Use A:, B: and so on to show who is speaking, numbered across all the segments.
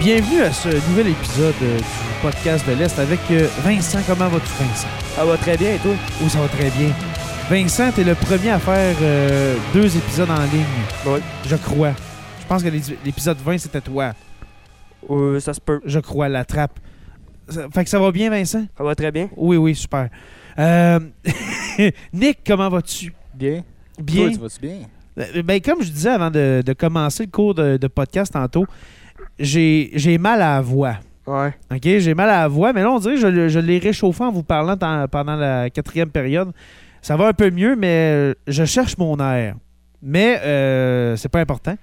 A: Bienvenue à ce nouvel épisode euh, du podcast de l'Est avec euh, Vincent. Comment vas-tu, Vincent?
B: Ça va très bien, et toi?
A: Oh, ça va très bien. Vincent, t'es le premier à faire euh, deux épisodes en ligne.
B: Oui.
A: Je crois. Je pense que l'é- l'épisode 20, c'était toi.
B: Euh, ça se peut.
A: Je crois, la trappe. Ça- fait que ça va bien, Vincent?
B: Ça va très bien?
A: Oui, oui, super. Euh, Nick, comment vas-tu?
C: Bien.
A: Bien.
C: Toi, tu vas-tu bien?
A: Euh, Ben, comme je disais avant de, de commencer le cours de, de podcast tantôt, j'ai j'ai mal à la voix.
B: Ouais.
A: OK, j'ai mal à la voix, mais là, on dirait que je, le- je l'ai réchauffé en vous parlant tant- pendant la quatrième période. Ça va un peu mieux, mais euh, je cherche mon air. Mais euh, c'est pas important.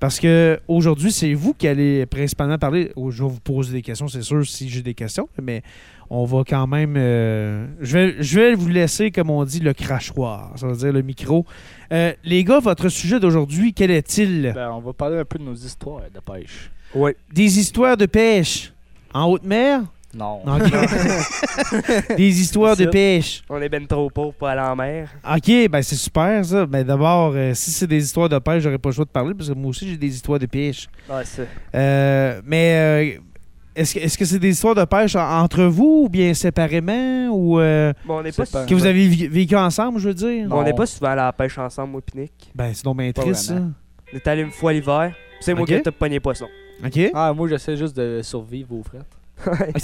A: Parce que aujourd'hui, c'est vous qui allez principalement parler. Oh, Je vais vous poser des questions, c'est sûr, si j'ai des questions, mais on va quand même. euh, je, vais, je vais vous laisser, comme on dit, le crachoir. Ça veut dire le micro. Euh, les gars, votre sujet d'aujourd'hui, quel est-il?
C: Ben, on va parler un peu de nos histoires de pêche.
B: Ouais.
A: Des histoires de pêche en haute mer?
C: Non.
A: Non, ok. Des histoires de
C: C'est-
A: pêche.
B: On est ben trop pauvres pour aller en mer.
A: OK, ben c'est super ça. Mais d'abord, euh, si c'est des histoires de pêche, j'aurais pas le choix de parler parce que moi aussi j'ai des histoires de pêche.
B: Ouais, c'est
A: Euh, mais euh, est-ce que est-ce que c'est des histoires de pêche en- entre vous ou bien séparément ou euh,
B: Bon, on n'est pas,
C: C'est pas-
A: que vous avez vi- vécu ensemble, je veux dire?
C: Non.
B: on n'est pas souvent allés à la pêche ensemble, moi pis Nick.
A: Ben c'est donc bien
C: Pas
A: triste ça.
C: vraiment.
B: On est allé une fois l'hiver. C'est moi
A: Ok.
B: qui ai top pogné poisson.
A: OK.
C: Ah, moi, j'essaie juste de survivre aux frettes.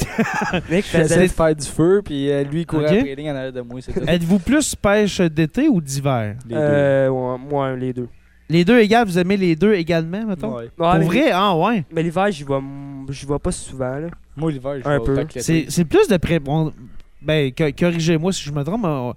B: Nick
C: J'essaie
B: faisait.
C: de faire du feu, puis euh, lui, il courait
A: Ok.
C: après les lignes en arrière de moi, c'est tout.
A: Êtes-vous plus pêche d'été ou d'hiver?
C: Les
B: Euh, ouais, moi, les deux.
A: Les deux égales, vous aimez les deux également,
C: deux.
A: mettons?
C: Ouais.
B: Ouais,
A: Pour
B: mais-
A: vrai, ah ouais.
B: Mais l'hiver, j'y vois, mm, j'y vois pas souvent, là.
C: Moi, l'hiver, je
B: Un
C: vais
B: peu.
C: autant que l'été.
A: C'est c'est plus de pré... on- Ben, co- corrigez-moi si je me trompe. mais on-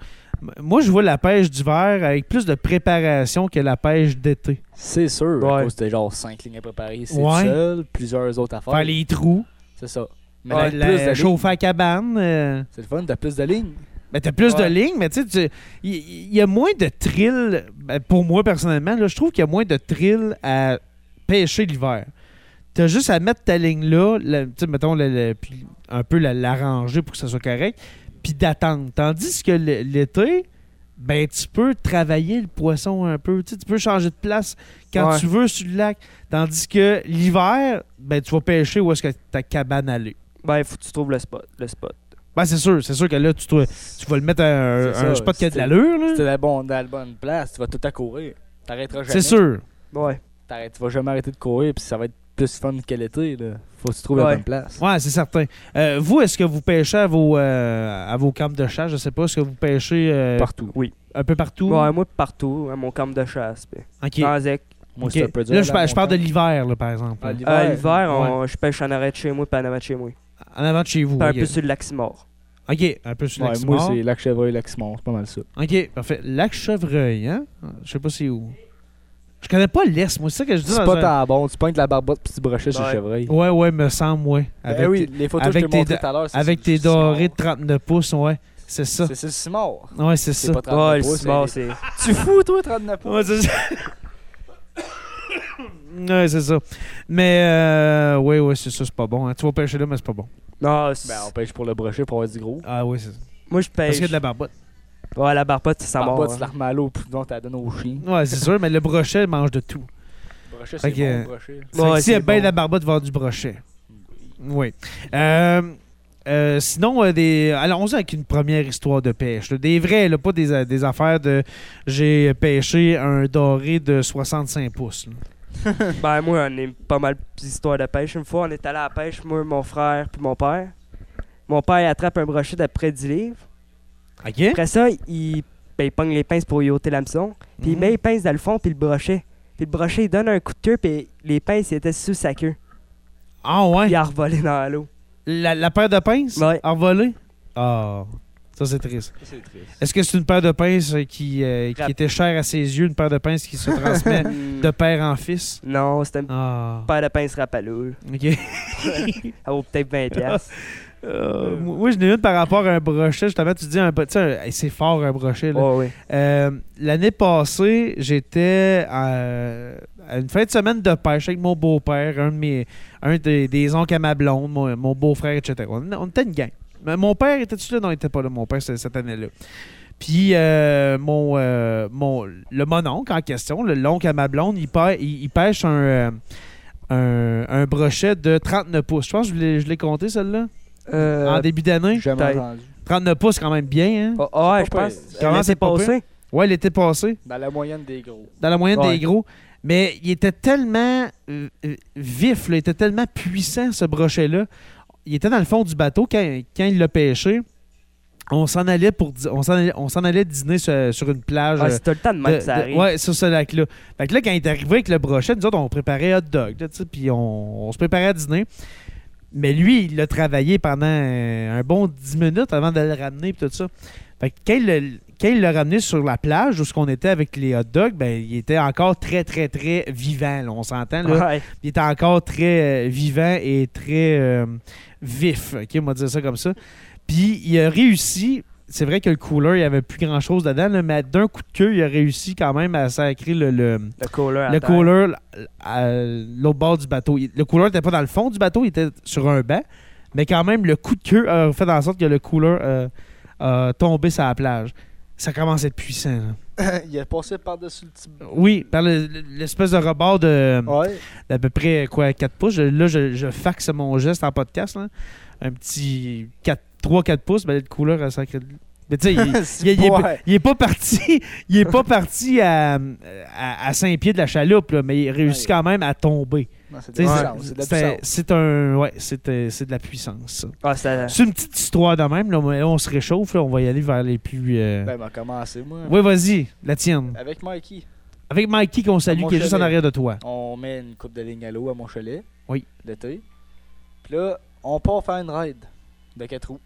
A: Moi, je vois la pêche d'hiver avec plus de préparation que la pêche d'été.
C: C'est sûr, à
B: Ouais.
C: cause de genre 5 lignes à préparer, c'est
A: Ouais.
C: tout seul, plusieurs autres affaires.
A: Faire les trous,
C: C'est ça. Mais
A: la,
C: t'as
A: la-
C: plus de lignes.
A: chauffer à cabane. euh,
C: C'est le fun, t'as plus de lignes.
A: Ben, t'as plus
B: Ouais.
A: de lignes, mais tu sais, tu- il il y, a moins de thrill. ben, pour moi, personnellement, là, je trouve qu'il y a moins de thrill à pêcher l'hiver. T'as juste à mettre ta ligne là, la- tu sais, mettons, le- le- puis un peu la- l'arranger pour que ça soit correct, puis d'attendre. Tandis que le- l'été, ben, tu peux travailler le poisson un peu. Tu sais, tu peux changer de place quand
B: Ouais.
A: tu veux sur le lac. Tandis que l'hiver, ben, tu vas pêcher où est-ce que ta cabane allait.
B: Ben, faut que tu trouves le spot. Le spot.
A: Ben, c'est sûr, c'est sûr que là, tu, dois- tu vas le mettre à un,
C: C'est
A: un
C: ça,
A: spot qui a de
C: c'est-
A: l'allure. là.
C: Si t'es la bonne- dans la bonne place, tu vas tout à courir. T'arrêteras jamais.
A: C'est sûr.
B: Ouais.
C: T'arrêtes- tu vas jamais arrêter de courir, puis ça va être plus fun que l'été. là. Faut que tu trouves
B: Ouais.
C: la bonne place.
A: Ouais, c'est certain. Euh, vous, est-ce que vous pêchez à vos, euh, à vos camps de chasse? Je sais pas, est-ce que vous pêchez euh,
C: Partout.
A: un peu partout?
B: Ouais, moi, partout, à mon camp de chasse. pis
A: Ok.
B: Dans ZEC.
C: Moi,
A: Ok.
C: c'est un peu dur.
A: Là, je,
C: dans
A: par-
C: mon
A: je parle de
C: temps.
A: l'hiver, là, par exemple.
C: Ah, l'hiver.
B: Euh, L'hiver, on-
A: Ouais.
B: je pêche en arrêt de chez moi pis en avant de chez moi.
A: En avant de chez vous.
B: Pis un
A: ok.
B: peu sur le lac Simard.
A: OK, un peu sur
C: Ouais,
A: lac
C: moi,
A: Simard.
C: c'est Lac Chevreuil, Lac Simon, c'est pas mal ça.
A: OK, parfait. Lac Chevreuil, hein? Je sais pas c'est où. Je connais pas l'Est, moi, c'est ça que je dis.
C: C'est
A: dans
C: pas
A: un-
C: ta bon, tu pointes la barbotte puis tu brochais sur
B: Ouais.
C: Chevreuil.
A: Ouais, ouais, me semble, ouais. Avec,
C: Ben oui, les photos
A: avec
C: que je t'ai
A: tes
C: montrées tout à l'heure, c'est
A: avec
C: sur
A: tes
C: le Simon.
A: dorés de 39 pouces, ouais. C'est ça.
C: C'est c'est le Simon.
A: Ouais, c'est ça.
C: C'est pas 39
B: Ouais, le
C: pouces,
B: Simard,
C: c'est-
B: c'est.
C: Tu fous, toi, 39 pouces.
A: Ouais, c'est ça. ouais, c'est ça. Mais, euh, ouais, ouais, c'est ça, c'est pas bon. hein. Tu vas pêcher là, mais c'est pas bon. Bah,
B: Non, c'est-
C: Ben, on pêche pour le brochet pour avoir du gros.
A: Ah, oui, c'est ça.
B: moi, je
A: Parce
B: pêche.
A: qu'il y a de la barbotte.
B: Ouais, la barpote, ça
C: La
B: mort.
C: barbotte,
B: hein.
C: tu la remets à l'eau, puis donc t'as donné au chien.
A: Ouais, c'est sûr, mais le brochet mange de tout.
C: Le brochet, c'est
A: Ok.
C: bon, le brochet.
A: Fait que
B: Ouais,
A: s'il y a
B: c'est
A: bien
B: bon.
A: de la barbotte, il va y avoir du brochet. Oui. Euh, euh, sinon, euh, des... allons-y avec une première histoire de pêche. là. Des vrais, là, pas des, euh, des affaires de j'ai pêché un doré de 65 pouces. là.
B: Ben, moi, on est pas mal d'histoires de pêche. Une fois, on est allé à la pêche, moi, mon frère, puis mon père. Mon père, il attrape un brochet d'après 10 livres.
A: OK?
B: Après ça, il, ben, il pogne les pinces pour y ôter l'hameçon.
A: Mm-hmm.
B: Puis il
A: ben,
B: met les pinces dans le fond, puis le brochet. Puis le brochet, il donne un coup de queue, puis les pinces, il était sous sa queue.
A: Ah,
B: Il
A: ouais.
B: a revolé dans l'eau.
A: La, la paire de pinces?
B: Ouais.
A: Envolée? Ah, ça, c'est triste.
C: C'est triste.
A: Est-ce que c'est une paire de pinces euh, qui, euh, qui
B: Rap-
A: était chère à ses yeux, une paire de pinces qui se transmet
B: Hmm.
A: de père en fils?
B: Non, c'était une
A: Ah,
B: paire de pinces rapaloule.
A: ok.
B: Ça vaut peut-être
A: Ah,
B: 20$. piastres.
A: Euh, moi, moi, je n'ai une par rapport à un brochet. Justement, tu dis un petit. c'est fort un brochet. là.
B: Ouais, ouais.
A: Euh, L'année passée, j'étais à, à une fin de semaine de pêche avec mon beau-père, un, de mes, un des, des oncles à ma blonde, mon, mon beau-frère, etc. On, on était une gang. Mais mon père était-tu là? Non, il était pas là, mon père, c- cette année-là. Puis euh, mon, euh, mon, le mononcle en question, le l'oncle à ma blonde, il, pê- il- il pêche un, euh, un, un brochet de 39 pouces. Je pense que je l'ai- je l'ai compté, celle-là,
B: Euh,
A: en début d'année.
C: Jamais
B: peut-être.
C: entendu.
A: 39 pouces, c'est quand même bien. Hein?
B: ah, ah, ouais,
C: C'est
B: je
C: pas
B: pense.
C: pire.
A: Comment
B: Comment
A: c'est
B: c'est
A: pas
B: passé?
A: Ouais, l'été passé,
C: Dans Ben, la moyenne des gros.
A: dans la moyenne
B: Ouais.
A: des gros. Mais il était tellement euh, euh, vif, là, il était tellement puissant, ce brochet-là. Il était dans le fond du bateau quand, quand il l'a pêché. On s'en allait pour di- on s'en allait, on s'en allait dîner sur, sur une plage.
B: Ah,
A: euh,
B: c'est tout le temps de même
A: de-
B: que ça
A: de-
B: arrive.
A: ouais, sur ce lac-là. Fait que là, quand il est arrivé avec le brochet, nous autres, on préparait hot dog, là, tu sais, puis on, on se préparait à dîner. Mais lui, il l'a travaillé pendant euh, un bon 10 minutes avant de le ramener, puis tout ça. Fait que quand il le- quand il l'a ramené sur la plage où ce qu'on était avec les hot dogs, ben, il était encore très, très, très vivant, là, on s'entend. Là.
B: Ouais.
A: Il était encore très euh, vivant et très euh, vif. OK, on va dire ça comme ça. Puis il a réussi. C'est vrai que le cooler, il n'y avait plus grand-chose dedans, là, mais d'un coup de queue, il a réussi quand même à sacrer le, le,
B: Le cooler. à
A: le
B: terre.
A: cooler l- à l'autre bord du bateau. Il- Le cooler n'était pas dans le fond du bateau, il était sur un banc, mais quand même, le coup de queue a fait en sorte que le cooler euh, a tombé sur la plage. Ça commence à être puissant. là.
C: il est passé par-dessus le petit.
A: Oui, par le- le- l'espèce de rebord
B: Oh,
A: de
C: Ouais.
A: d'à peu près quoi 4 pouces. Je- là, je, je faxe mon geste en podcast. là. Un petit 3-4 pouces, ben, le couleur à sacré. Mais tu sais, il, il- il- il est-
C: Ouais.
A: il est pas parti. Il est pas parti à, à, à 5 pieds de la chaloupe, là, mais il réussit
C: Ouais.
A: quand même à tomber.
C: Non, c'est de
A: Tu sais,
C: la
A: c'est-
C: puissance, c'est de la
A: c'est-
C: puissance.
A: C'est un. Ouais, c'est euh, c'est de la puissance. ça.
B: Ah, ça-
A: C'est une petite histoire de même, là, mais on se réchauffe, là, on va y aller vers les plus. euh,
C: Ben, on va commencer, moi.
A: Oui, vas-y, la tienne.
C: Avec Mikey,
A: Avec Mikey qu'on salue,
C: Mon
A: qui est juste en
C: chalet.
A: arrière de toi.
C: on met une coupe de ligne à l'eau à mon chalet.
A: Oui.
C: L'été. Puis là, on part faire une ride de 4 roues.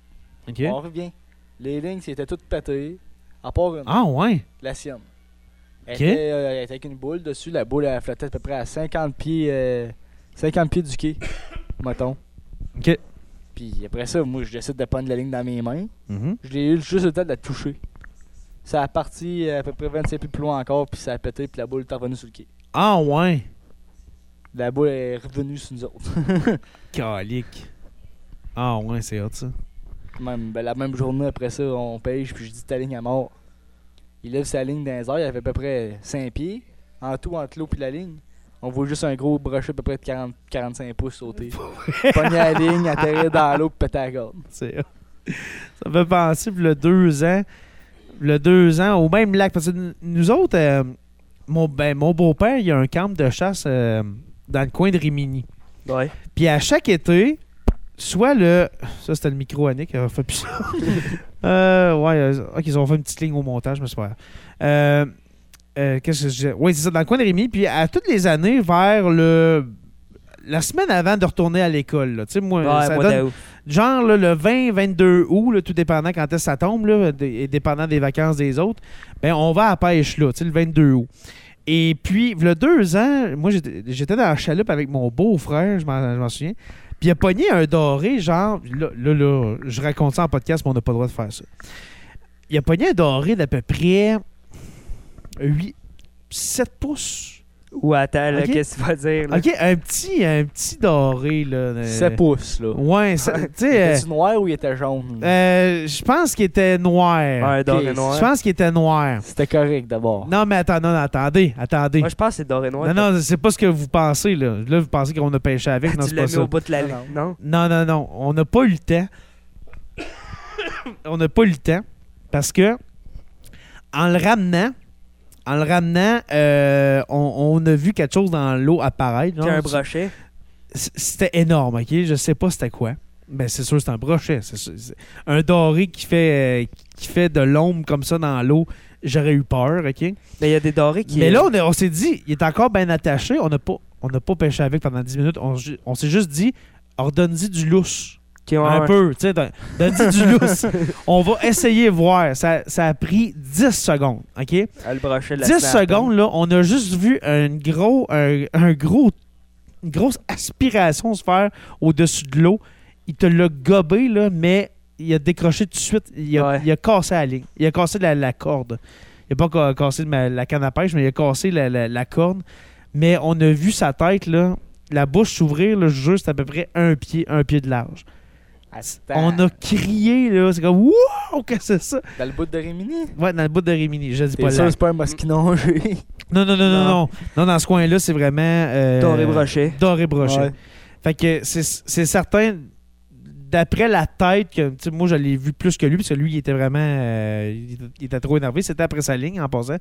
A: OK.
C: On revient. Les lignes, c'était toutes pétées. À part une,
A: Ah, ouais.
C: la sienne. Elle,
A: Ok.
C: était, euh, elle était avec une boule dessus. La boule, elle flottait à peu près à 50 pieds, euh, 50 pieds du quai, mettons.
A: OK.
C: Puis après ça, moi, je décide de prendre la ligne dans mes mains.
A: Mhm.
C: J'ai eu juste le temps de la toucher. Ça a parti à peu près 25 pieds plus loin encore, puis ça a pété, puis la boule est revenue sur le quai.
A: Ah, ouais.
C: La boule est revenue sur nous autres.
A: Calique. Ah ouais, c'est hot ça.
C: Même, ben, la même journée après ça, on pêche, puis je dis ta ligne à mort. Il lève sa ligne dans les airs, il avait à peu près 5 pieds. En tout, entre l'eau puis la ligne, on voit juste un gros brochet à peu près de 40, 45 pouces sauter. Pogner la ligne, atterrir dans l'eau, puis péter la corde.
A: C'est hot. Ça me fait penser, puis le deux ans, le deux ans, au même lac. Parce que n- nous autres, euh, mon, ben, mon beau-père, il y a un camp de chasse euh, dans le coin de Rimini.
B: Ouais.
A: Puis à chaque été, soit le. Ça, c'était le micro Annick, elle fait plus ça. Euh, ouais, euh, ok, ils ont fait une petite ligne au montage, mais c'est pas grave. Euh, euh, Qu'est-ce que je disais? Oui, c'est ça, dans le coin de Rémi. Puis à toutes les années, vers le. La semaine avant de retourner à l'école, là. tu sais, moi,
B: Ouais,
A: ça
B: moi,
A: donne
B: d'août.
A: genre là, le 20-22 août, là, tout dépendant quand est-ce que ça tombe, là, d- et dépendant des vacances des autres, ben on va à la pêche là, tu sais, le 22 août. Et puis, le deux ans, moi j'étais j'étais dans la chaloupe avec mon beau-frère, je m'en je m'en souviens. Puis il a pogné un doré, genre, là, là, là, je raconte ça en podcast, mais on n'a pas le droit de faire ça. Il a pogné un doré d'à peu près 8, 7 pouces.
B: Ou attends, là,
A: Ok.
B: qu'est-ce que tu vas dire? Là?
A: Ok, un petit, un petit doré, là. euh,
C: 7 pouces, là.
A: Ouais, ça- tu
C: Il
A: sais. euh,
C: était noir ou il était jaune?
A: euh, je pense qu'il était noir.
B: Ouais, doré
C: Ok,
B: noir.
A: Je pense qu'il était noir.
C: C'était correct d'abord.
A: Non, mais attends, non, non, attendez, attendez.
B: Moi, je pense que c'est doré noir.
A: Non, non, c'est pas ce que vous pensez, là. Là, vous pensez qu'on a pêché avec. Non,
B: tu
A: c'est
B: l'as
A: pas
B: mis
A: ça.
B: au bout de la
C: Non,
B: ligne. Non?
A: Non, non, non. On n'a pas eu le temps. on n'a pas eu le temps. Parce que, en le ramenant, en le ramenant, euh, on, on a vu quelque chose dans l'eau apparaître.
B: Puis un
A: genre,
B: brochet.
A: C- C'était énorme, ok? Je sais pas c'était quoi. Mais c'est sûr, c'est un brochet. c'est sûr, c'est- Un doré qui fait, euh, qui fait de l'ombre comme ça dans l'eau, j'aurais eu peur, ok?
B: Mais il y a des dorés qui.
A: Mais là, on, est- on s'est dit, il est encore bien attaché. On n'a pas, on n'a pas pêché avec pendant 10 minutes. On, ju- on s'est juste dit, ordonne-y du lousse.
B: qui ont
A: Un peu, tu sais, don- donne-y du lousse. On va essayer voir. Ça, ça a pris 10 secondes, ok?
B: Ah, le brochet de la
A: 10
B: semaine à
A: secondes, là, on a juste vu un gros, un, un gros, une grosse aspiration se faire au-dessus de l'eau. Il te l'a gobé, là, mais il a décroché tout de suite. Il a,
B: Ouais.
A: il a cassé la ligne. Il a cassé la, la corde. Il a pas ca- cassé ma- la canne à pêche, mais il a cassé la, la- la corde. Mais on a vu sa tête, là, la bouche s'ouvrir, là, je jure, c'est à peu près un pied, un pied de large.
C: Attends,
A: On a crié, là. C'est comme, wow, qu'est-ce que c'est ça?
C: Dans le bout de Rimini?
A: Ouais, dans le bout de Rimini, je dis pas
C: T'es
A: là.
C: sûr c'est pas un mosquinon, j'ai.
A: Non, non, non, non,
B: Non.
A: non. Non, dans ce coin-là, c'est vraiment. euh,
B: Doré Brochet.
A: Doré Brochet.
C: Ouais.
A: Fait que c'est c'est certain, d'après la tête, que tu sais, moi je l'ai vu plus que lui, parce que lui il était vraiment. euh, il était- il était trop énervé. C'était après sa ligne en passant.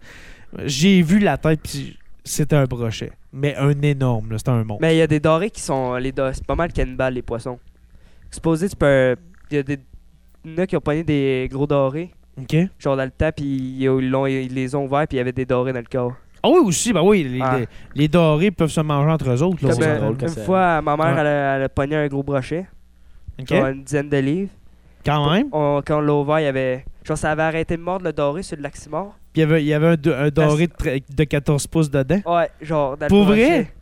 A: J'ai vu la tête, puis c'était un brochet. Mais un énorme, là, c'était un monstre.
B: Mais il y a des dorés qui sont. les dorés- C'est pas mal cannibales, les poissons. Supposé, tu peux. Il y a des. Il y en a qui ont pogné des gros dorés,
A: OK?
B: genre dans le temps, puis ils, ils l'ont- ils les ont ouverts, puis il y avait des dorés dans le corps.
A: Ah oui, aussi, bah oui, les,
B: Ah.
A: les- les dorés peuvent se manger entre eux autres. là,
B: Comme,
A: c'est
B: euh,
A: drôle.
B: une
C: ça-
B: fois, ma mère,
A: Ouais.
B: elle, a, elle a pogné un gros brochet,
A: OK?
B: genre une dizaine de livres.
A: Quand même.
B: On- quand on l'a ouvert, il y avait. Genre, ça avait arrêté de mordre le doré sur le laximore.
A: Puis il y avait, il y avait un, do- un doré de, tre- de 14 pouces dedans.
B: Ouais, genre, dans
A: Pour
B: le brochet.
A: vrai?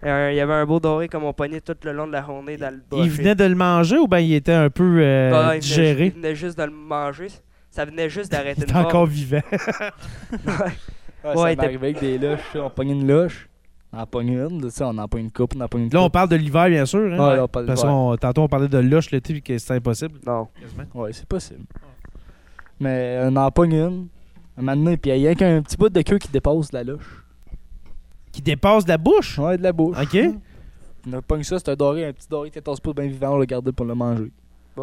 B: Et un- Il y avait un beau doré comme on pognait tout le long de la journée dans le brochet.
A: Il venait de le manger ou bien il était un peu euh,
B: Ah, il venait ju-
A: digéré?
B: Il venait juste de le manger. Ça venait juste d'arrêter
A: Il
B: de
A: est
B: mordre.
A: encore vivant.
C: Ouais,
B: Ouais,
C: ça m'est
B: t'as-
C: arrivé avec des loches. ça. On pognait une loche, on en pognait une, tu sais, on en pognait une coupe, on en pognait une
A: Là, on
C: coupe.
A: parle de l'hiver, bien sûr. hein?
C: Ouais, là, on parle de
A: Parce qu'on tantôt, on parlait de lush l'été puis que c'était impossible.
B: Non.
C: Ouais, c'est possible. Mais euh, on en pogne une. Un moment donné, puis il y a qu'un petit bout de queue qui dépasse de la loche.
A: Qui dépasse de la bouche.
C: Ouais, de la bouche.
A: OK?
C: On a pogné ça, c'est un doré, un petit doré qui 14 pouces bien vivant, on l'a gardé pour le manger.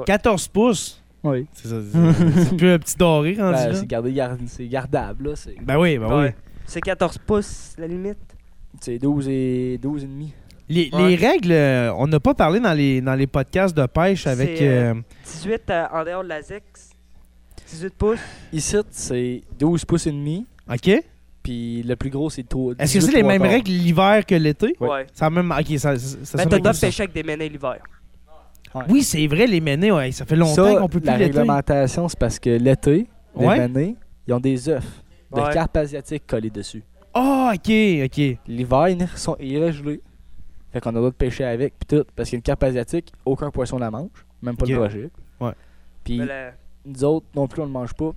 A: 14 pouces.
C: Oui.
A: C'est ça. c'est- C'est plus un petit doré rendu
C: Ben,
A: là.
C: c'est gardé, gar- c'est gardable, là. C'est
A: Ben oui, ben oui.
B: Ouais. C'est 14 pouces, la limite.
C: c'est 12 et 12 et demi.
A: Les,
B: Ouais.
A: les règles, euh, on n'a pas parlé dans les, dans les podcasts de pêche avec.
B: C'est, euh,
A: euh,
B: 18 euh, en dehors de la ZEX. 18 pouces.
C: Ici, c'est 12 pouces et demi,
A: euh, OK? Est-ce
C: puis le plus gros, c'est trop.
A: que c'est les mêmes règles l'hiver que l'été?
C: Ouais.
B: Ouais.
A: Ça a même. OK, ça. ça, ça
B: Mais
A: sonne
B: t'as
A: comme
B: pas
A: ça.
B: pêcher avec des ménés l'hiver.
A: Oui, c'est vrai, les menées, ouais, ça fait longtemps
C: Ça,
A: qu'on peut plus
C: La
A: l'été.
C: réglementation, c'est parce que l'été, les
A: Ouais.
C: manés, ils ont des œufs de
B: Ouais.
C: carpe asiatique collés dessus.
A: Ah, OK, OK.
C: L'hiver, ils sont ils restent gelés. Fait qu'on a le droit de pêcher avec, puis tout. Parce qu'une carpe asiatique, aucun poisson la mange, même pas le
A: Ok.
C: brochet.
A: Ouais.
C: Puis
B: Mais Ben, la-
C: nous autres, non plus, on le mange pas.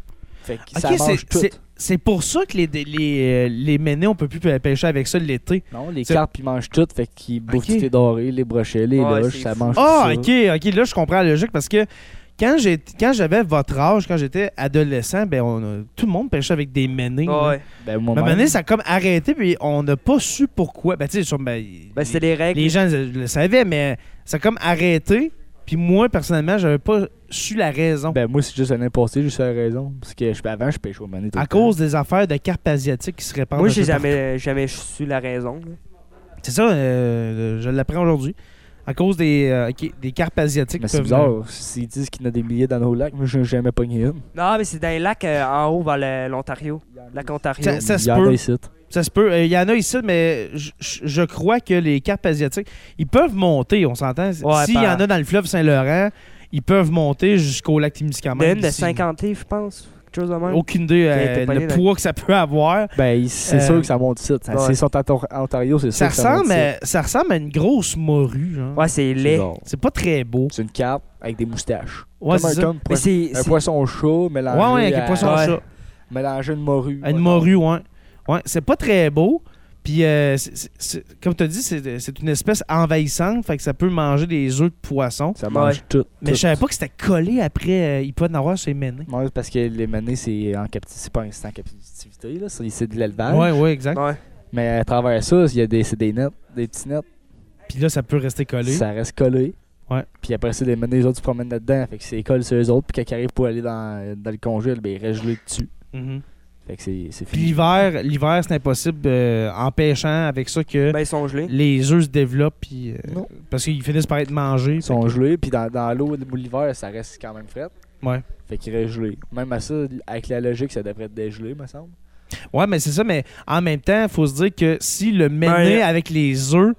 C: Fait que ça
A: Ok,
C: mange
A: c'est-
C: tout.
A: c'est- C'est pour ça que les, les, euh, les ménés, on peut plus pêcher avec ça l'été.
C: Non, les
A: c'est-
C: carpes, ils mangent tout. Fait qu'ils bouffent
A: Ok.
C: tout les dorés, les brochets, les
B: Ouais,
C: loches,
B: c'est
C: ça
B: fou.
C: mange
A: Ah,
C: tout.
A: ok, ok, là je comprends la logique parce que quand j'ai quand j'avais votre âge, quand j'étais adolescent, ben on a- tout le monde pêchait avec des menées. là.
B: Ah Ouais.
C: ça. Ben,
A: Mais
C: moi,
A: à un moment donné, ça a comme arrêté, puis on n'a pas su pourquoi. Ben, tu sais, sur- ben,
B: Ben, c'est les règles.
A: les gens le, le savaient, mais ça a comme arrêté. Puis moi, personnellement, j'avais pas su la raison.
C: ben, moi, c'est juste l'année passée, juste la raison. Parce que je- avant, je pêchais au mané. tout
A: à
C: le temps.
A: cause des affaires de carpe asiatique qui se répandent.
B: Moi,
A: un
B: j'ai
A: peu
B: jamais, jamais su la raison. là.
A: partout. C'est ça, euh, je l'apprends aujourd'hui. À cause des, euh, ok, des carpes asiatiques.
C: Mais
A: qui
C: c'est
A: peuvent-
C: bizarre, s'ils disent qu'il y en a des milliers dans nos lacs, moi j'ai jamais pogné une.
B: Non, mais c'est dans les lacs euh, en haut vers le- l'Ontario. Lac Ontario.
A: Ça- ça
C: Il
A: se
C: y en a
A: peut.
C: ici.
A: Ça se peut. Euh, Il y en a ici, mais je- je je crois que les carpes asiatiques, ils peuvent monter, on s'entend.
B: Ouais,
A: S'il y
B: par-
A: en a dans le fleuve Saint-Laurent, ils peuvent monter jusqu'au lac Témiscamingue.
B: D'une de
A: ici.
B: 50 livres, je pense. Quelque chose de même.
A: Aucune idée
B: a
A: euh,
B: été pognée
A: le
B: dans-
A: poids que ça peut avoir.
C: Ben, il- c'est
A: Euh,
C: sûr que ça monte ici. Ça-
B: ouais.
C: S'ils sont en Tor- en Ontario, c'est sûr
A: Ça
C: que ça monte
A: ressemble,
C: ici.
A: à, ça ressemble à une grosse morue. genre.
B: Ouais, c'est
C: C'est
B: laid.
C: genre-
A: C'est pas très beau.
C: C'est une carpe avec des moustaches.
A: Ouais,
C: Comme un
A: c'est ça.
C: comme
B: Mais
C: poisson-
B: c'est.
C: un
B: c'est-
C: poisson chaud mélangé
A: Ouais, ouais, avec
C: à-
A: un poisson
B: Ouais.
A: chat.
C: mélangé à une morue.
A: Une
C: Ouais.
A: morue, ouais. Ouais, c'est pas très beau. Puis, euh, c'est- c'est- c'est- comme tu as dit, c'est c'est une espèce envahissante, fait que ça peut manger des œufs de poisson.
C: Ça mange tout.
A: Mais
C: tout.
A: je savais pas que c'était collé après. euh, il peut en avoir chez Méné.
C: Ouais, parce que les manées, c'est en captivité. C'est pas un- c'est en captivité, là. C'est c'est de l'élevage.
A: Ouais, ouais, exact.
B: Ouais.
C: Mais à travers ça, il y a des, c'est des nets, des petits nets.
A: Puis là, ça peut rester collé.
C: Ça reste collé.
A: Ouais.
C: Puis après ça, les manées, les autres se promènent là-dedans. Fait que c'est collé sur eux autres. Puis quand ils arrivent pour aller dans, dans le congèle, ben, ils restent gelés dessus.
A: Mhm.
C: Fait que c'est c'est
A: Puis
C: fini.
A: l'hiver, l'hiver, c'est impossible euh, en pêchant avec ça que
B: Ben, ils sont gelés.
A: les œufs se développent. Puis, euh,
C: Non.
A: parce qu'ils finissent par être mangés.
C: Ils sont
A: Fait que-
C: gelés. Puis dans, dans l'eau, l'hiver, ça reste quand même frais.
A: Ouais.
C: Fait qu'ils restent gelés. Même à ça, avec la logique, ça devrait être dégelé, me semble.
A: Ouais, mais c'est ça. Mais en même temps, il faut se dire que si le Méné
B: Ben,
A: avec les œufs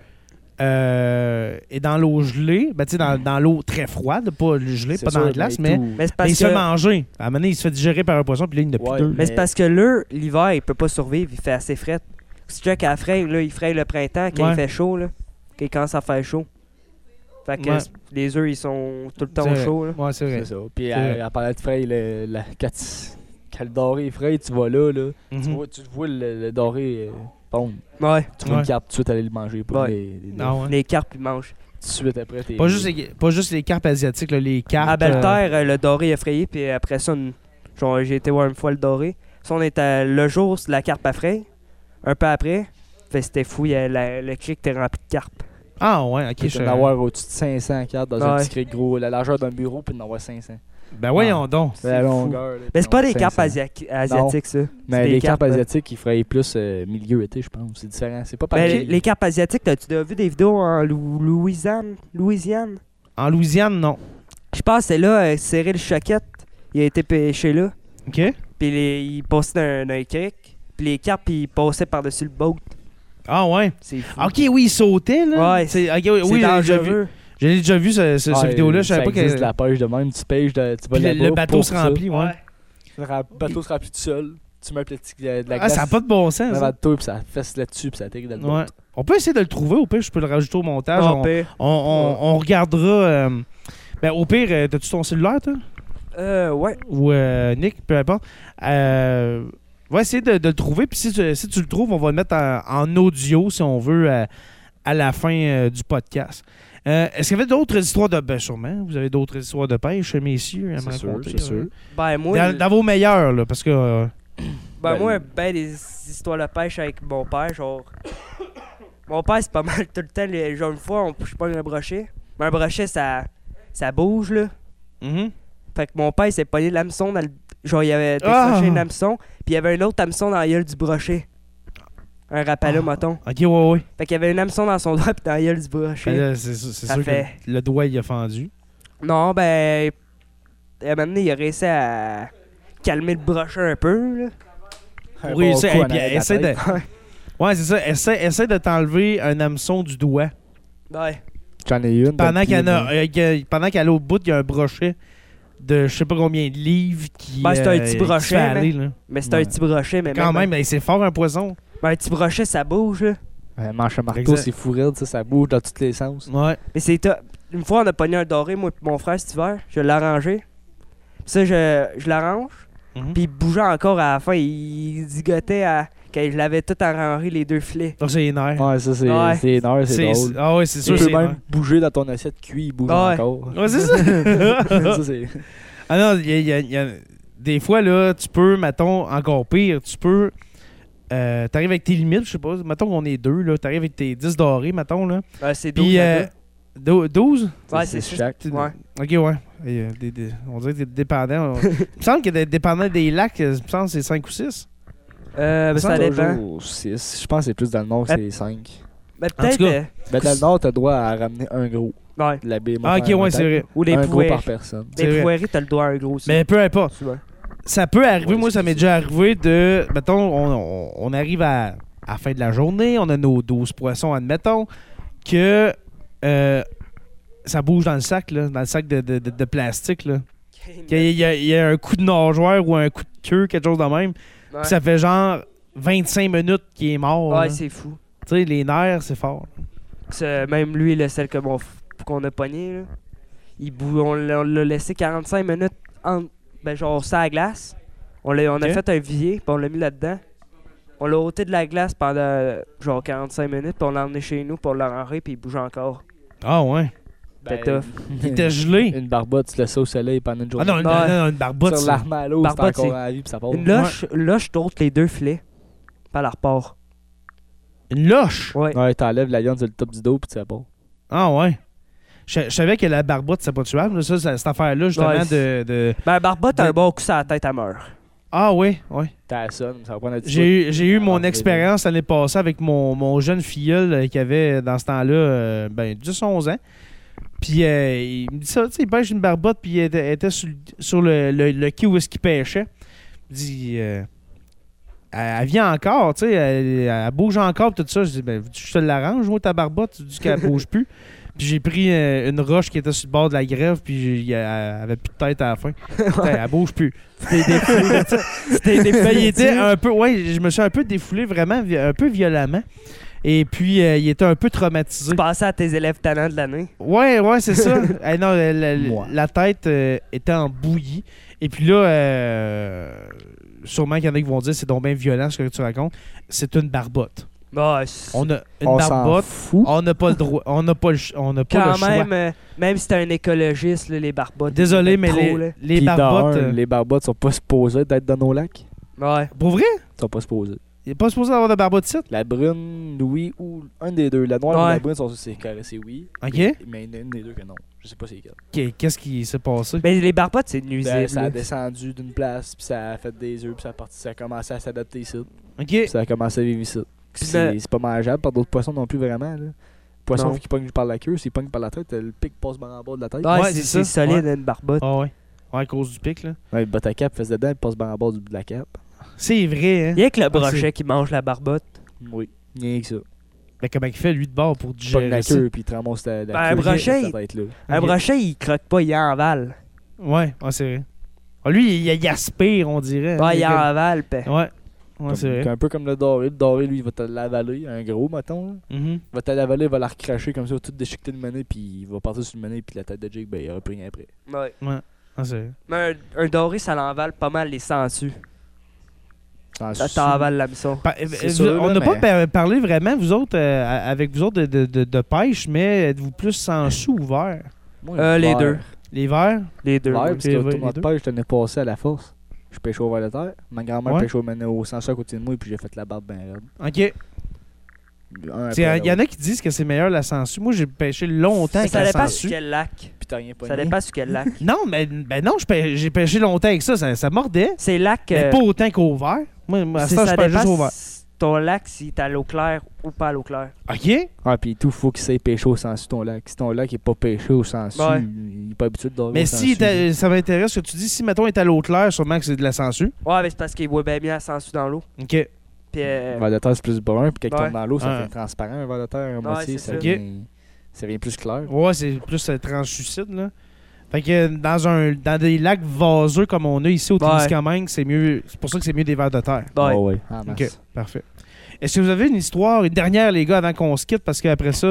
A: euh, est dans l'eau gelée, ben, tu sais, dans, dans l'eau très froide, pas gelée,
C: C'est
A: pas dans
C: sûr,
A: la glace, mais,
C: tout-
B: Mais c'est
A: mais
B: parce
A: il se fait
B: que.
A: manger. À un moment donné, il se fait digérer par un poisson, puis là, il n'y en a plus
C: Ouais.
A: d'œufs.
B: Mais c'est
C: Mais-
B: parce que là, l'hiver, il peut pas survivre, il fait assez frais. Si tu check à la fraye, là, il fraye le printemps, quand
A: Ouais.
B: il fait chaud, là, quand il commence à faire chaud. Fait que
A: Ouais.
B: les œufs, ils sont tout le temps
A: C'est-
B: chauds. là.
A: Ouais, c'est vrai.
C: C'est ça. Puis
A: C'est vrai.
C: à, à parler de frais, le, la, quand, tu- quand le doré est frais, tu vas là, là tu,
A: Mhm.
C: vois, tu vois le, le doré euh, pondre.
B: Ouais,
C: Tu vois
A: Ouais.
C: une carpe, tout de suite aller le manger. Pas
B: Ouais.
C: les- les- les-
A: Ah ouais.
B: les carpes, ils mangent.
C: tout de suite après. t'es-
A: Pas juste, les, pas juste les carpes asiatiques, là, les carpes.
B: À
A: euh,
B: Belterre, euh, le doré est frayé, puis après ça, une- genre, j'ai été voir une fois le doré. Ça, on était le jour de la carpe à frais, un peu après. Fait que c'était fou, il y a la- le cric était rempli de carpes.
A: Ah ouais,
C: Puis
A: ok.
C: d'en
A: Je...
C: avoir au-dessus de 500 cartes dans un
B: Ouais.
C: petit cric gros, la largeur d'un bureau, puis d'en avoir 500.
A: Ben voyons donc.
C: La
B: fou.
C: longueur. là,
B: Mais
C: puis
B: c'est pas
C: d'en
B: des
C: avoir
B: carpes
C: 500.
B: asiati- asiatiques, ça.
C: Mais
B: des
C: Ben, les carpes
B: carpes, euh,
C: asiatiques, ils feraient plus euh, milieu-été, je pense. C'est différent. C'est pas
B: Ben,
C: pareil.
B: les, les carpes asiatiques, t'as-tu déjà vu des vidéos en Lou- Louisiane? Louisiane?
A: En Louisiane, non.
B: Je pense que c'est là, euh, Cyril Choquette, il a été pêché là.
A: Ok.
B: Puis les- il passait dans, dans un cric. Puis les carpes, ils passaient par-dessus le boat.
A: Ah ouais.
B: C'est fou.
A: Ok, oui, il sautait, là.
B: Ouais,
A: c'est ok, oui,
B: C'est
A: oui, j'ai déjà vu.
B: dangereux.
A: J'ai déjà vu ce, ce- cette
C: Ah,
A: vidéo-là. Je
C: ça
A: savais pas
C: existe
A: que.
C: de la pêche de même. Tu pêches, de, tu vas
A: Puis le,
C: là-bas
A: le bateau
C: pour
A: se
C: ça.
A: remplit, ouais.
C: Le ra- bateau se remplit tout seul. Tu mets un petit de, de la
A: Ah,
C: glace
A: ça n'a pas de bon sens.
C: dans
A: ça.
C: le bateau, puis ça fesse là-dessus, puis ça atterrit dans le
A: Ouais.
C: bateau.
A: On peut essayer de le trouver, au pire, je peux le rajouter au montage.
B: Non,
A: on,
B: Ah, pire.
A: on- on- on regardera. euh, ben, au pire, euh, t'as-tu ton cellulaire, toi
B: Euh, ouais.
A: Ou euh, Nick, peu importe. Euh, on va essayer de, de le trouver. Puis si tu, si tu le trouves, on va le mettre en, en audio, si on veut, à, à la fin euh, du podcast. Euh, Est-ce qu'il y avait d'autres histoires de pêche, sûrement Vous avez d'autres histoires de pêche, messieurs, à me
C: C'est sûr,
A: raconter,
C: c'est
A: là?
C: sûr.
B: Ben, moi,
A: Dans, dans vos meilleurs, là, parce que. euh,
B: ben,
C: ben-
B: moi, ben des histoires de pêche avec mon père, genre. mon père, c'est pas mal tout le temps. les- genre, une fois, on, je pogne un brochet. Mais un brochet, ça, ça bouge, là. Mm-hmm.
A: mhm.
B: Fait que mon père, il s'est pogné l'hameçon dans le. Genre, il avait
A: Ah!
B: décroché un hameçon, puis il y avait un autre hameçon dans la gueule du brochet. Un rapala,
A: Ah.
B: mettons.
A: Ok, ouais, ouais.
B: Fait qu'il y avait un hameçon dans son doigt, puis dans la gueule du brochet.
A: Ben là, C'est sûr- c'est
B: Ça
A: sûr
B: fait-
A: que le doigt, il a fendu.
B: Non, ben. À un moment donné, il a réussi à calmer le brochet un peu, là.
C: Un
A: Oui,
C: bon
A: essaie-
C: coup
A: hey,
C: en
A: puis
C: arrière de la
A: essaie de-
C: tête.
A: Ouais, c'est ça. Essaie, essaie de t'enlever un hameçon du doigt.
B: Ouais.
C: J'en ai une.
A: Pendant
C: depuis,
A: qu'elle a,
C: mais-
A: euh, que- pendant qu'elle est au bout, il y a un brochet de je sais pas combien de livres qui. euh,
B: Ben, c'est un petit
A: qui
B: brochet,
A: fait aller, là.
B: Mais c'était
A: Ouais.
B: un petit brochet, mais
A: Quand
B: même-
A: même, hey, c'est fort un poisson.
B: Ben, un petit brochet, ça bouge, là.
C: Ouais, manche à marteau,
A: Exact.
C: c'est fou raide, ça, ça bouge dans tous les sens.
A: Ouais.
B: Mais c'est top. Une fois, on a pogné un doré, moi et mon frère, cet hiver. Je l'ai arrangé. Ça, je, je l'arrange.
A: Mhm.
B: Puis il bougeait encore à la fin. Il zigotait à... quand je l'avais tout arrangé, les deux filets.
A: Donc, c'est les nerfs.
C: Ouais, ça, c'est
B: Ouais.
C: c'est une heure, c'est drôle.
A: Ah ouais, c'est
C: Tu
A: sûr.
C: peux
A: c'est
C: même bouger dans ton assiette cuit, il bouge
B: Ouais.
C: encore.
A: Ouais, c'est ça.
C: ça, c'est.
A: ah non, il y a- il y a- il y a- Des fois, là, tu peux, mettons, encore pire, tu peux. euh, t'arrives avec tes limites, je sais pas. Mettons qu'on est deux, là. T'arrives avec tes 10 dorés, mettons, là.
B: Ouais, c'est doux.
A: Puis. euh, dou- 12?
B: Ouais, c'est
C: c'est c'est
B: ça.
C: chaque.
B: Ouais.
A: Ok, ouais. Et, euh, des- des- on dirait que t'es dépendant. On- il me semble que t'es dépendant des lacs, euh, il me semble que c'est 5 ou 6.
B: Euh, ben, ça dépend.
C: Toujours six. Je pense que c'est plus dans le nord,
B: Ah.
C: c'est 5.
B: Ben,
A: En tout
B: peut-être.
A: cas.
B: euh,
C: Ben, dans le nord, t'as droit à ramener un gros.
B: ouais.
C: La baie
A: Ah, ok,
C: montagne,
A: ouais, c'est vrai.
B: Ou les
C: Un gros
B: pouvoirs.
C: par personne.
A: C'est vrai.
B: Les poiries, t'as le doigt un gros aussi.
A: Mais peu importe.
B: Souvent.
A: Ça peut arriver.
C: Ouais,
A: Moi,
C: c'est
A: ça m'est
C: ça.
A: déjà arrivé de. Mettons, on, on- on arrive à, à la fin de la journée, on a nos 12 poissons, admettons, que euh, ça bouge dans le sac, là, dans le sac de, de- de- de plastique. Là. Qu'il y a- Il y, a- il y a un coup de nageoire ou un coup de queue, quelque chose de même.
B: Ouais.
A: Puis ça fait genre 25 minutes qu'il est mort.
B: Ouais,
A: là.
B: c'est fou.
A: Tu sais, les nerfs, c'est fort.
B: C'est- même lui, le celle que mon f- qu'on a pogné, là, il bou- on l'a on l'a laissé 45 minutes en, ben, genre ça à glace. On, l'a- on
A: Ok.
B: a fait un vivier, puis on l'a mis là-dedans. On l'a ôté de la glace pendant euh, genre 45 minutes, puis on l'a emmené chez nous, puis on l'a rangé, puis il bouge encore.
A: Ah ouais.
B: C'était
C: Ben,
B: tough.
A: Il était gelé.
C: Une barbotte, tu laisses ça au soleil pendant une
A: Ah
C: journée.
A: non, non,
B: Ouais.
A: non, une barbotte.
C: Sur
A: ça.
C: l'arme à l'eau, c'est
B: Barbotte,
C: encore
B: c'est-
C: en la vie, puis
A: Oh,
C: ça part.
B: Une loche, loche t'ôte les deux filets, pas la repart.
A: Une loche.
B: Ouais.
C: Ouais, t'enlèves la viande sur le top du dos, puis ça part.
A: Ah ouais. Je, je savais que la barbotte, c'est pas tuable. là. Ça, ça- cette affaire-là, justement,
B: Ouais,
A: de,
B: c'est-
A: de-
B: Ben, un barbotte, a
A: Mais-
B: un bon coup sur la tête, à meurt.
A: Ah ouais, ouais.
C: T'as la sonne, ça va prendre un petit peu.
A: J'ai eu, j'ai eu
C: Ah,
A: mon
C: c'est
A: expérience l'année passée avec mon, mon jeune filleul euh, qui avait, dans ce temps-là, euh, ben, 10-11 ans. Puis euh, il me dit ça, tu sais, il pêche une barbotte, puis il était, était sur, le- sur le, le, le quai où est-ce qu'il pêchait. Il dit... euh, elle, elle vient encore, tu sais, elle, elle bouge encore, pis tout ça. Je dis, ben, je te l'arrange, moi, ta barbotte, tu dis qu'elle bouge plus. Puis j'ai pris euh, une roche qui était sur le bord de la grève, puis j'ai- elle avait plus de tête à la fin. Putain, Elle bouge plus. C'était des ben, il était un peu, ouais, je me suis un peu défoulé vraiment, vi- un peu violemment. Et puis, euh, il était un peu traumatisé.
B: Tu pensais à tes élèves talents de l'année.
A: Ouais, ouais, c'est ça. Eh non, la, la-
C: Moi.
A: la tête euh, était en bouillie. Et puis là, euh, sûrement qu'il y en a qui vont dire c'est donc bien violent ce que tu racontes. C'est une barbotte.
B: Bah, c'est-
A: On a une
C: on s'en
A: barbotte. Ah,
C: fout.
A: On n'a pas le droit. On n'a pas le, ch- on n'a pas le
B: quand
A: choix.
B: même, euh, même si t'es un écologiste, là, les barbottes.
A: Désolé,
B: c'est
A: mais
B: trop,
A: les, les
C: Puis dans
A: barbottes.
C: un,
A: euh,
C: les barbottes sont pas supposées d'être dans nos lacs.
B: là. Ouais.
A: Pour vrai,
C: Ils sont pas supposées.
A: il n'est pas supposé avoir de barbotte site.
C: La brune, oui, ou un des deux. La noire ou
B: Ouais.
C: la brune, sont- c'est carré, c'est oui.
A: Ok.
C: Mais- Mais il y en a une des deux que non. Je sais pas c'est quelle.
A: Qu'- Qu'est-ce qui s'est passé?
B: Mais les barbottes, c'est
C: Ben,
B: nuisible.
C: ça a
B: là.
C: descendu d'une place, puis ça a fait des œufs, puis ça a, parti, ça a commencé à s'adapter ici.
A: Ok.
C: Puis ça a commencé à vivre ici. Puis
B: ben-
C: C'est c'est pas mangeable par d'autres poissons non plus, vraiment. Là. Poisson
B: Non. Ah.
C: qui pogne par la queue, s'il pogne par la tête, le pic passe par en bas de la tête.
B: Ouais,
A: Ouais,
B: c'est
A: c'est
B: c'est
A: ça.
B: solide, une barbotte.
A: Ah ouais. Ouais, à cause du pic, là.
C: Ouais, le botte à cap faisait dedans, il passe par en bas du- de la cape.
A: C'est vrai, hein?
B: Il y a que le
A: c'est-
B: brochet qui mange la barbotte.
C: Oui. Rien que ça.
A: Mais comment il fait, lui, de bord pour
C: Il pogne la
A: digérer ça?
C: queue, puis il te ramasse la, la
B: Ben, un
C: queue.
B: brochet,
C: sa tête, là.
B: Un
A: Ok.
B: brochet, il croque pas, il envale.
A: Ouais, ouais, c'est vrai. Ah, lui, il, il aspire, on dirait. hein,
B: Ouais, il
A: comme-
B: envale, pis.
A: Ouais, ouais
C: Comme-
A: c'est vrai.
C: Un peu comme le doré. Le doré, lui, il va te l'avaler, un gros, mettons. là.
A: Mhm.
C: Il va te l'avaler, il va la recracher comme ça, tout déchiqueter le manet, puis il va partir sur le manet, puis la tête de Jake, ben, il aura plus rien après.
B: Ouais.
A: Ouais, Ah, c'est vrai.
B: Mais un, un doré, ça l'envale pas mal les sangsues.
C: T'en
B: Ça
C: suce.
B: t'envale la mission.
A: Par- euh,
C: C'est
A: vous-
C: sûr,
A: on
C: là,
A: n'a pas
C: mais-
A: par- parlé vraiment, vous autres, euh, à- avec vous autres, de, de- de- de pêche, mais êtes-vous plus sans sous ou vert?
C: Moi,
B: Euh, les
C: vert.
B: deux.
A: Les verts?
B: Les deux.
C: Vert,
B: oui.
C: parce
A: les-
C: que
A: les
C: tout mon
A: deux.
C: pêche, je l'ai passé à la force. Je pêchais au vers de terre. Ma grand-mère
A: Ouais.
C: pêchait au manet au sens à côté de moi, puis j'ai fait la barbe ben raide.
A: OK.
C: Un après
A: Il y en
C: l'autre,
A: a qui disent que c'est meilleur la sangsue. Moi, j'ai pêché longtemps
B: Mais
A: avec
B: Ça
A: la
B: dépend sur
A: sangsue.
B: quel lac.
C: puis t'as rien pogné.
B: Ça dépend sur quel lac.
A: Non, mais ben non, je pê- j'ai pêché longtemps avec ça. Ça, ça mordait,
B: C'est lac.
A: mais
B: euh,
A: pas autant qu'au vert. Moi, moi, à
B: c'est-
A: ça, je
B: ça
A: pêche juste au
B: dépend
A: vert.
B: si ton lac, si t'as l'eau claire ou pas à l'eau claire.
A: OK?
C: Ah, puis tout, faut qu'il sache pêcher au sensu ton lac. Si ton lac est pas pêché au sensu,
B: Ouais.
C: il est pas habitué de dormir.
A: Mais
C: au
A: si,
C: sensu.
A: t'as- ça m'intéresse ce que tu dis. Si, mettons, il est à l'eau claire, sûrement que c'est de la sangsue.
B: Ouais, mais c'est parce qu'il boit bien bien la sangsue dans l'eau.
A: OK.
B: Puis, euh,
C: vers de terre, c'est plus brun, puis quand il
B: Ouais.
C: tombe dans l'eau, ça
A: Ouais.
C: fait transparent, un vers de terre, à
B: Ouais,
C: moitié,
B: c'est
C: ça,
B: ça.
C: devient- ça devient plus clair.
A: Ouais, c'est plus euh, translucide, là. Fait que euh, dans, un, dans des lacs vaseux comme on a ici au
B: Ouais.
A: Témiscamingue, c'est mieux. C'est pour ça que c'est mieux des vers de terre.
B: ouais.
C: Ah ouais. Ah, mince.
A: OK, parfait. Est-ce que vous avez une histoire, une dernière, les gars, avant qu'on se quitte, parce qu'après ça,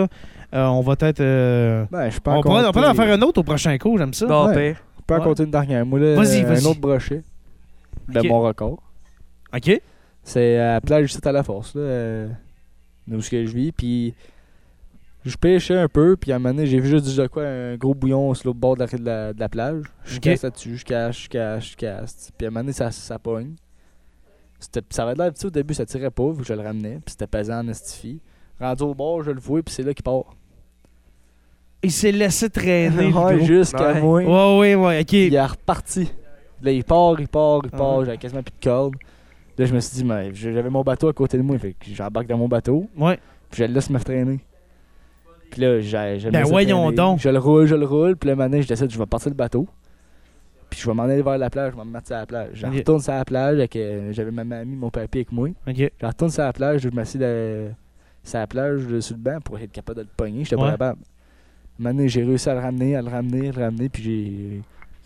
A: euh, on va peut-être. euh,
C: Ben, je peux
A: on
C: en
A: pourrait on pourrait en
C: compter-
A: faire un autre au prochain cours, j'aime ça.
B: Bon,
C: Ouais.
B: pire.
C: Je peux en
A: Ouais.
C: compter une dernière. Moi, là,
A: Vas-y, vas-y.
C: un autre brochet de
A: Ok.
C: mon record.
A: OK.
C: C'est à la plage ici à la force, là, euh, où ce que je vis. Puis je pêchais un peu, puis à un moment donné, j'ai vu juste du de quoi un gros bouillon sur l'autre bord de la, de la- de la plage. Je
A: Ok.
C: casse là-dessus, je cache, je cache, je casse. Puis à un moment donné, ça, ça pogne. C'était- Ça avait l'air petit au début, ça tirait pas, vu que je le ramenais, puis c'était pesant en estifie. Rendu au bord, je le vois, puis c'est là qu'il part.
A: Il s'est laissé traîner. le
C: Ouais,
A: gros.
C: Jusqu'à
B: Ouais.
C: moi.
A: ouais, ouais, ouais, OK.
C: Il est reparti. Là, il part, il part, il part.
A: Ah.
C: J'avais quasiment plus de corde. Là, je me suis dit, mais j'avais mon bateau à côté de moi. Fait que j'embarque dans mon bateau.
A: Ouais.
C: Puis je le laisse me traîner. Puis là, j'ai, je le
A: Ben
C: laisse
A: voyons
C: traîner.
A: donc.
C: Je le roule, je le roule. Puis le matin, je décide, je vais partir le bateau. Puis je vais m'en aller vers la plage, je vais me mettre sur la plage. Je
A: Ok.
C: retourne sur la plage, avec, euh, j'avais ma mamie, mon papier avec moi.
A: OK.
C: Je retourne sur la plage, je m'assieds de- sur la plage, là, sur le banc, pour être capable de le pogner. J'étais
A: Ouais.
C: pas capable. Un moment donné, j'ai réussi à le ramener, à le ramener, à le ramener, puis j'ai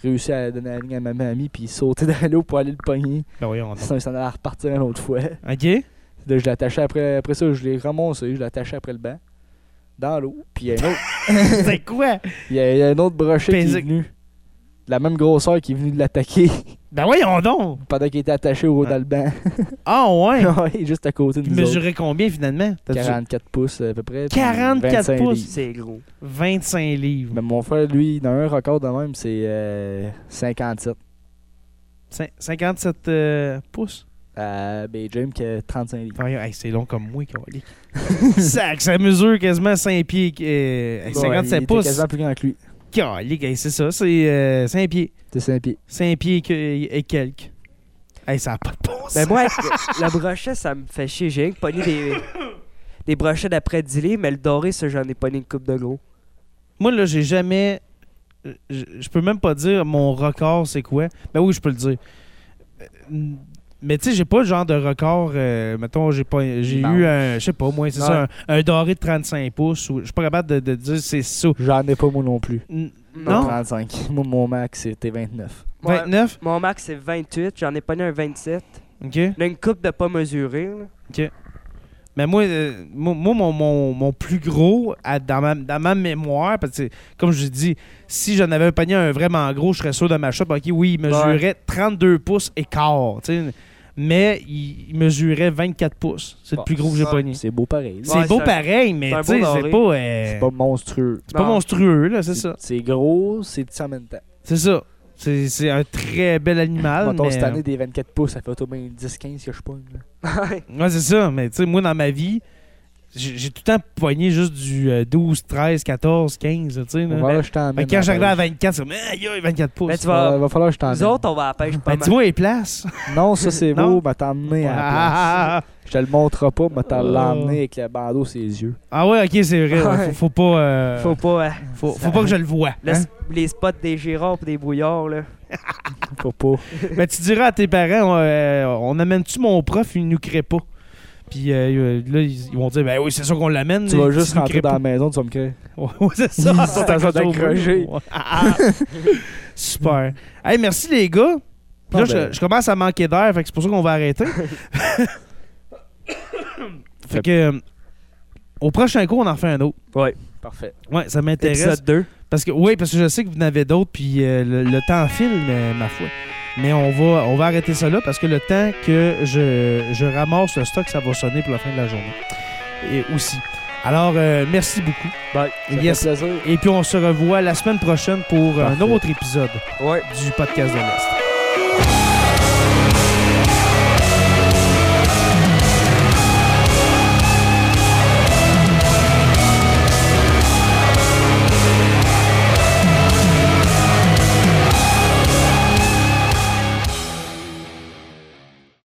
C: réussi à donner la ligne à ma mamie, puis sauter dans l'eau pour aller le pogner.
A: Ben voyons donc.
C: Sinon, il s'en allait repartir une autre fois.
A: OK.
C: Là, je l'attachais après, après ça, je l'ai ramassé, je l'attachais après le banc, dans l'eau. Puis il y a un autre,
A: c'est quoi?
C: il y a, il y a un autre brochet qui est
A: Paisible.
C: venu, de la même grosseur, qui est venu de l'attaquer
A: Ben voyons donc.
C: pendant qu'il était attaché au haut dans le banc.
A: Ah ouais.
C: Ouais, juste à côté de
A: Il
C: nous autres.
A: mesurait combien finalement? T'as dit-
C: 44 pouces à peu près. puis
A: 44
C: 25
A: pouces.
C: livres.
B: C'est gros.
A: 25 livres.
C: Mais mon frère, lui, il a un record de même, c'est euh, 57.
A: Cin- 57 euh, pouces. Ben
C: À ben, James qui a 35 livres.
A: Voyons, hey, c'est long comme moi, cavalier. Sac, ça mesure quasiment 5 pieds. euh, hey,
C: Ouais, il
A: 57
C: était
A: pouces.
C: quasiment plus grand que lui.
A: Calique, hey, c'est ça, c'est 5 pieds.
C: C'est 5 pieds.
A: 5 pieds que- et quelques. Hey, ça n'a pas de bon sens. Ben,
B: Mais Ben, moi, avec le, le brochet, ça me fait chier. J'ai rien que pogné des, des brochets d'après dilé, mais le doré, ça, j'en ai pogné une coupe de gros.
A: Moi, là, j'ai jamais. euh, Je je peux même pas dire mon record, c'est quoi. Ben oui, je peux le dire. Euh, Mais tu sais, j'ai pas le genre de record. euh, mettons, j'ai pas j'ai
C: Non.
A: eu un. Je sais pas, moi, c'est
B: Ouais.
A: ça, un, un doré de 35 pouces. ou- Je suis pas capable de, de dire c'est ça.
C: J'en ai pas moi non plus.
A: N-
B: Non.
C: 35. Moi, mon max, c'était 29.
B: Ouais.
A: 29?
B: Mon max, c'est 28. J'en ai pogné un 27.
A: OK.
B: Il y a une coupe de pas mesurée. là.
A: Mais moi, euh, moi, moi, mon, mon- mon plus gros, à- dans, ma, dans ma mémoire, parce que, comme je dis, si j'en avais un ben, panier un vraiment gros, je serais sûr de ma shop. OK, oui, il mesurait 32 pouces et quart. tu sais. mais il, il mesurait 24 pouces. C'est le
C: Bon,
A: plus gros que j'ai
B: ça,
A: pogné.
C: C'est beau pareil. là.
A: C'est
B: Ouais,
A: beau
B: c'est un-
A: pareil, mais
B: c'est un
A: tu sais,
B: beau
A: c'est
B: doré.
A: pas, euh,
C: C'est pas monstrueux.
A: c'est pas
B: Non.
A: monstrueux, là, c'est ça.
C: C'est gros, c'est petit en même temps.
A: C'est ça. C'est c'est un très bel animal.
C: Mettons,
A: Ah, mais- euh,
C: cette année, des 24 pouces, ça fait au moins 10-15 que je pogne. là.
A: euh, Ouais, c'est ça. Mais tu sais, moi, dans ma vie, j'ai j'ai tout le temps poigné juste du euh, 12, 13, 14, 15, là, tu sais. là.
C: Va falloir que je t'emmène
A: Fait que quand
C: à
A: j'arrivais à
C: la pêche.
A: 24, c'est comme, aïe, aïe, 24 pouces.
B: Mais tu
C: Va-
B: vas.
C: Va falloir que je
B: Nous
C: t'emmène.
B: autres, on va à la pêche pas
A: Ah, Ben,
B: mal.
A: dis-moi les places.
C: Non, ça c'est
A: Non.
C: beau, m'a t'emmener à la place.
A: Ah, ah, ah.
C: Je te le montre pas, m'a t'en
A: Oh.
C: l'emmener avec le bandeau ses yeux.
A: Ah ouais, ok, c'est vrai. ouais, Faut,
B: Ouais.
A: faut pas. euh,
B: Faut
A: faut,
B: pas. euh,
A: faut, pas que je le voie.
B: le-
A: hein.
B: Les spots des girards pis des brouillards, là.
C: Faut pas.
A: Mais Ben, tu diras à tes parents, euh, on amène-tu mon prof, il nous crée pas. Puis euh, là, ils ils vont dire, ben oui, c'est sûr qu'on l'amène.
C: Tu
A: mais
C: vas
A: il
C: juste
A: nous crée
C: rentrer dans
A: pas.
C: la maison, tu vas me créer.
A: Ouais, ouais, c'est ça.
C: C'est en train d'accrocher.
A: Ouais. Ah, ah. Super. Hey, merci les gars. Puis là,
C: Ah, ben.
A: je, je commence à manquer d'air, fait que c'est pour ça qu'on va arrêter. fait que euh, au prochain coup, on en refait un autre.
B: Ouais.
C: Parfait.
A: Ouais, ça m'intéresse.
B: Épisode 2.
A: Parce que oui, parce que je sais que vous en avez d'autres, puis euh, le, le temps file, mais, ma foi. Mais on va, on va arrêter ça là parce que le temps que je, je ramasse le stock, ça va sonner pour la fin de la journée. Et aussi. Alors, euh, merci beaucoup.
C: Bye. Ça
A: Yes.
C: fait plaisir.
A: Et puis on se revoit la semaine prochaine pour un
C: Parfait.
A: autre épisode
B: Ouais.
A: du podcast de l'Est.